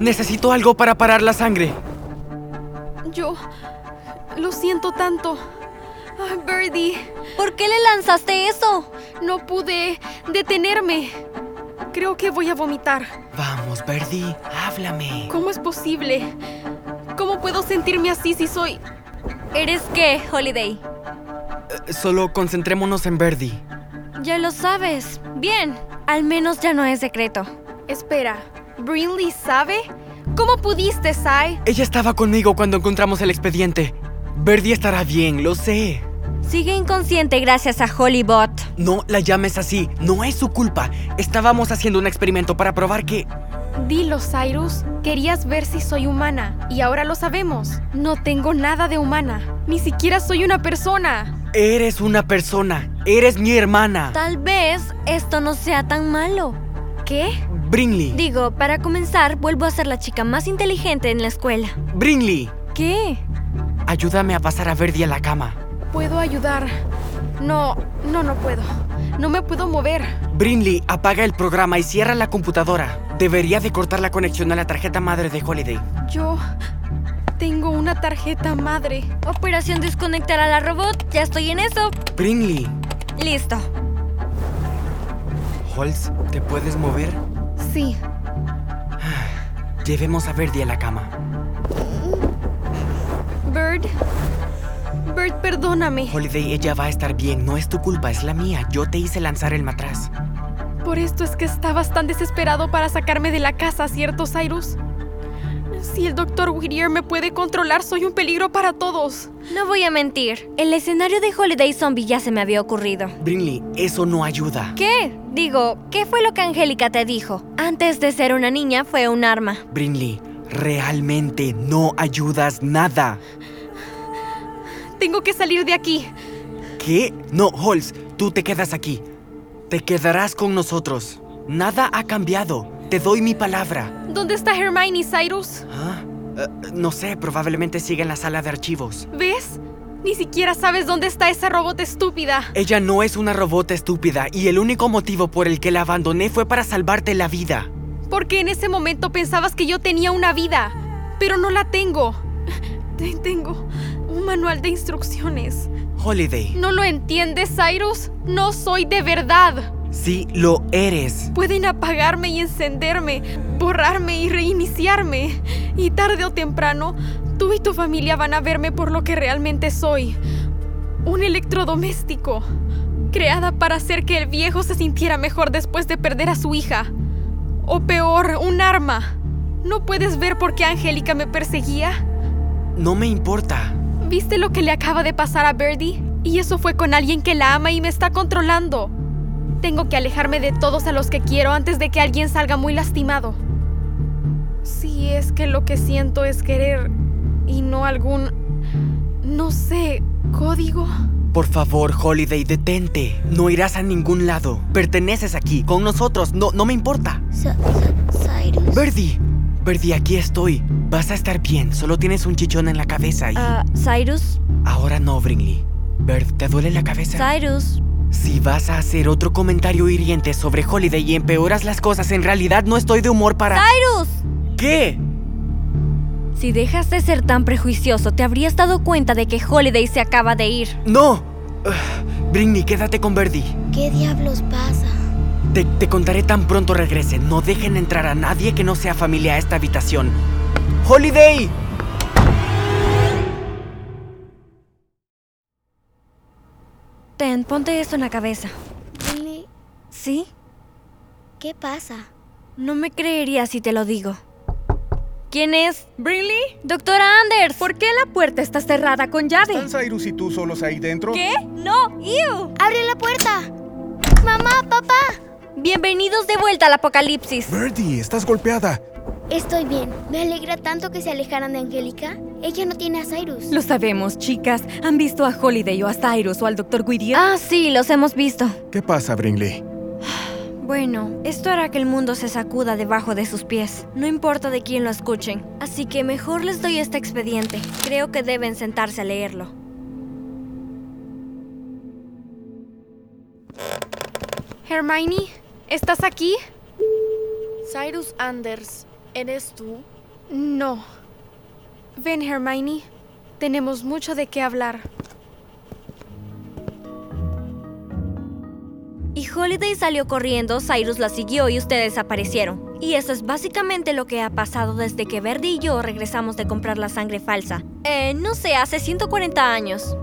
Necesito algo para parar la sangre. Yo lo siento tanto. Ay, Birdie, ¿Por qué le lanzaste eso? no pude detenerme. Creo que voy a vomitar. Vamos, Verdi, háblame. ¿Cómo es posible? ¿Cómo puedo sentirme así si soy... ¿Eres qué, Holiday? Eh, Solo concentrémonos en Verdi. Ya lo sabes. Bien. Al menos ya no es secreto. Espera, ¿Brinley sabe? ¿Cómo pudiste, Sai? Ella estaba conmigo cuando encontramos el expediente. Verdi estará bien, lo sé. Sigue inconsciente gracias a Hollybot. No la llames así, no es su culpa. Estábamos haciendo un experimento para probar que... Dilo, Cyrus. Querías ver si soy humana. Y ahora lo sabemos. No tengo nada de humana. Ni siquiera soy una persona. Eres una persona, eres mi hermana. Tal vez esto no sea tan malo. ¿Qué? Brinley, Digo, para comenzar, vuelvo a ser la chica más inteligente en la escuela. Brinley, ¿Qué? ayúdame a pasar a Verdi a la cama. Puedo ayudar. No, no, no puedo. No me puedo mover. Brinley, apaga el programa y cierra la computadora. Debería de cortar la conexión a la tarjeta madre de Holiday. Yo tengo una tarjeta madre. Operación desconectar a la robot. Ya estoy en eso. Brinley, Listo. Holz, ¿te puedes mover? Sí. Llevemos a Verdi a la cama. Bird. Bird, perdóname. Holiday, ella va a estar bien. No es tu culpa, es la mía. Yo te hice lanzar el matraz. Por esto es que estabas tan desesperado para sacarme de la casa, ¿cierto, Cyrus? Si el doctor Whittier me puede controlar, soy un peligro para todos. No voy a mentir. El escenario de Holiday Zombie ya se me había ocurrido. Brinley, eso no ayuda. ¿Qué? Digo, ¿qué fue lo que Angélica te dijo? Antes de ser una niña fue un arma. Brinley, realmente no ayudas nada. Tengo que salir de aquí. ¿Qué? No, Holz, tú te quedas aquí. Te quedarás con nosotros. Nada ha cambiado. Te doy mi palabra. ¿Dónde está Hermione, Cyrus? ¿Ah? Eh, no sé, probablemente sigue en la sala de archivos. ¿Ves? Ni siquiera sabes dónde está esa robot estúpida. Ella no es una robot estúpida y el único motivo por el que la abandoné fue para salvarte la vida. Porque en ese momento pensabas que yo tenía una vida, pero no la tengo. Te- Tengo un manual de instrucciones. Holiday, ¿No lo entiendes, Cyrus? No soy de verdad. sí lo eres. Pueden apagarme y encenderme, borrarme y reiniciarme. Y tarde o temprano, tú y tu familia van a verme por lo que realmente soy. Un electrodoméstico, creada para hacer que el viejo se sintiera mejor después de perder a su hija. O peor, un arma. ¿No puedes ver por qué Angélica me perseguía? No me importa. ¿Viste lo que le acaba de pasar a Birdie? Y eso fue con alguien que la ama y me está controlando. Tengo que alejarme de todos a los que quiero antes de que alguien salga muy lastimado. Si es que lo que siento es querer y no algún... no sé, código. Por favor, Holiday, detente. No irás a ningún lado. Perteneces aquí, con nosotros. No, no me importa. Cyrus. Verdi, Verdi, aquí estoy. Vas a estar bien. Solo tienes un chichón en la cabeza y... Ah, Cyrus, Ahora no, Brinley. Verd, ¿te duele la cabeza? Cyrus. Si vas a hacer otro comentario hiriente sobre Holiday y empeoras las cosas, en realidad no estoy de humor para... ¡Cyrus! ¿Qué? Si dejas de ser tan prejuicioso, te habrías dado cuenta de que Holiday se acaba de ir. No. Ugh, Brinley, quédate con Verdi. ¿Qué diablos pasa? Te, te contaré tan pronto regrese. No dejen entrar a nadie que no sea familia a esta habitación. ¡Holiday! Ten, ponte esto en la cabeza. Dime, ¿Sí? ¿qué pasa? No me creería si te lo digo. ¿Quién es? ¿Brinley? Doctora Anders. ¿Por qué la puerta está cerrada con llave? ¿Están Cyrus y tú solos ahí dentro? ¿Qué? No, Ew. Ah, ¡Abre la puerta! ¡Mamá, papá! Bienvenidos de vuelta al apocalipsis. Birdie, estás golpeada. Estoy bien. Me alegra tanto que se alejaran de Angélica. Ella no tiene a Cyrus. Lo sabemos, chicas. ¿Han visto a Holiday o a Cyrus o al Dr. Whittier? Ah, sí, los hemos visto. ¿Qué pasa, Brinley? Bueno, esto hará que el mundo se sacuda debajo de sus pies, no importa de quién lo escuchen. Así que mejor les doy este expediente. Creo que deben sentarse a leerlo. Hermione, ¿estás aquí? Cyrus Anders, ¿eres tú? No. Ven, Hermione. Tenemos mucho de qué hablar. Y Holiday salió corriendo, Cyrus la siguió y ustedes aparecieron. Y eso es básicamente lo que ha pasado desde que Verdi y yo regresamos de comprar la sangre falsa. Eh, no sé, hace 140 años.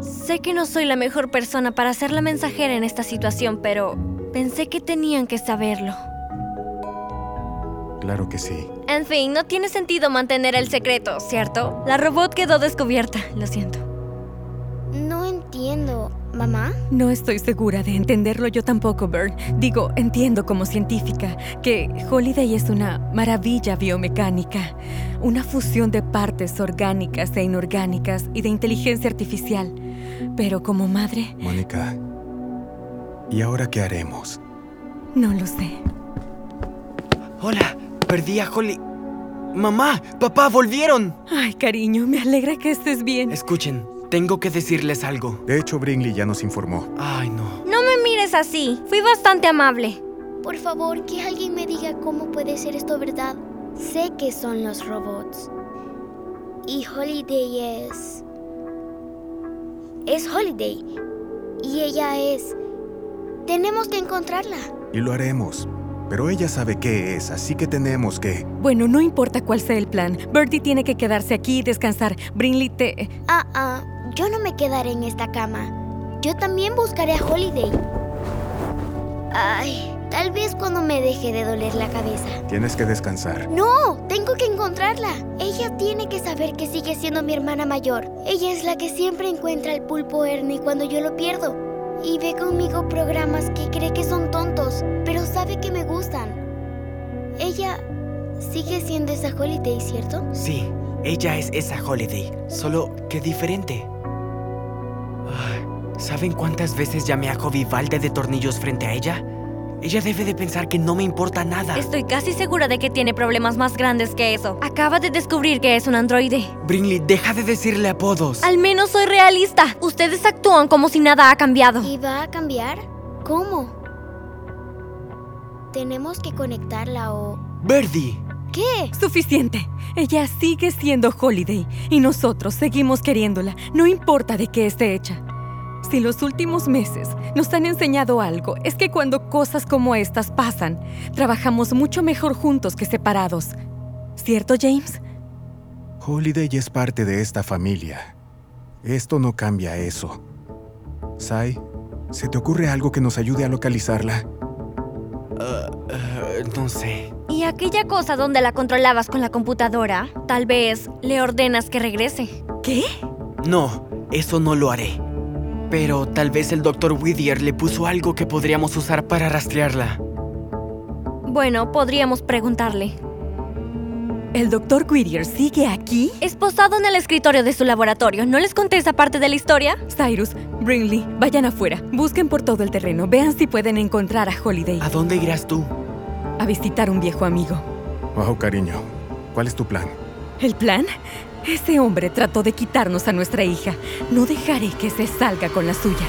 Sé que no soy la mejor persona para ser la mensajera en esta situación, pero pensé que tenían que saberlo. Claro que sí. En fin, no tiene sentido mantener el secreto, ¿cierto? La robot quedó descubierta, lo siento. No entiendo. ¿Mamá? No estoy segura de entenderlo yo tampoco, Bert. Digo, entiendo como científica que Holiday es una maravilla biomecánica, una fusión de partes orgánicas e inorgánicas y de inteligencia artificial. Pero como madre, Mónica. ¿Y ahora qué haremos? no lo sé. Hola, perdí a Holly. Mamá, papá, volvieron. Ay, cariño, me alegra que estés bien. Escuchen, tengo que decirles algo. De hecho, Brinley ya nos informó. Ay, no. No me mires así, fui bastante amable. Por favor, que alguien me diga cómo puede ser esto verdad. Sé que son los robots. Y Holiday es... Es Holiday. Y ella es... Tenemos que encontrarla. Y lo haremos. Pero ella sabe qué es, así que tenemos que... Bueno, no importa cuál sea el plan. Bertie tiene que quedarse aquí y descansar. Brinley te... Ah, ah, yo no me quedaré en esta cama. Yo también buscaré a Holiday. Ay, tal vez cuando me deje de doler la cabeza. Tienes que descansar. No, tengo que encontrarla. Ella tiene que saber que sigue siendo mi hermana mayor. Ella es la que siempre encuentra al pulpo Ernie cuando yo lo pierdo. Y ve conmigo programas que cree que son tontos, pero sabe que me gustan. Ella sigue siendo esa Holiday, ¿cierto? Sí, ella es esa Holiday, solo que diferente. Ay, ¿Saben cuántas veces llamé a Hobby Valde de tornillos frente a ella? Ella debe de pensar que no me importa nada. Estoy casi segura de que tiene problemas más grandes que eso. Acaba de descubrir que es un androide. Brinley, deja de decirle apodos. Al menos soy realista. Ustedes actúan como si nada ha cambiado. ¿Y va a cambiar? ¿Cómo? Tenemos que conectarla o... Verdi. ¿Qué? Suficiente. Ella sigue siendo Holiday y nosotros seguimos queriéndola, no importa de qué esté hecha. Si los últimos meses nos han enseñado algo, es que cuando cosas como estas pasan, trabajamos mucho mejor juntos que separados. ¿Cierto, James? Holiday es parte de esta familia. Esto no cambia eso. Sai, ¿se te ocurre algo que nos ayude a localizarla? Ah, ah, no sé. Y aquella cosa donde la controlabas con la computadora, tal vez le ordenas que regrese. ¿Qué? No, eso no lo haré. Pero tal vez el Dr. Whittier le puso algo que podríamos usar para rastrearla. Bueno, podríamos preguntarle. ¿El doctor Whittier sigue aquí? Esposado en el escritorio de su laboratorio, ¿no les conté esa parte de la historia? Cyrus, Brinley, vayan afuera, busquen por todo el terreno, vean si pueden encontrar a Holiday, ¿A dónde irás tú? a visitar un viejo amigo. Wow, cariño. ¿Cuál es tu plan? ¿El plan? Ese hombre trató de quitarnos a nuestra hija. No dejaré que se salga con la suya.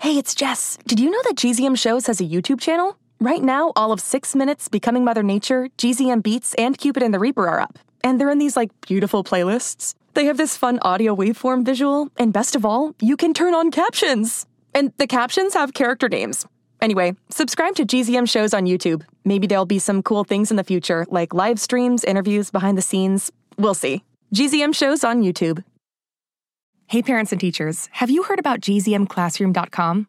Hey, it's Jess. Did you know that GZM Shows has a YouTube channel? Right now, all of Six Minutes, Becoming Mother Nature, GZM Beats, and Cupid and the Reaper are up. And they're in these, like, beautiful playlists. They have this fun audio waveform visual, and best of all, you can turn on captions! And the captions have character names. Anyway, subscribe to GZM Shows on YouTube. Maybe there'll be some cool things in the future, like live streams, interviews, behind the scenes. We'll see. GZM Shows on YouTube. Hey, parents and teachers, have you heard about gzmclassroom.com?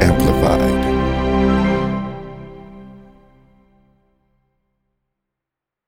Amplified.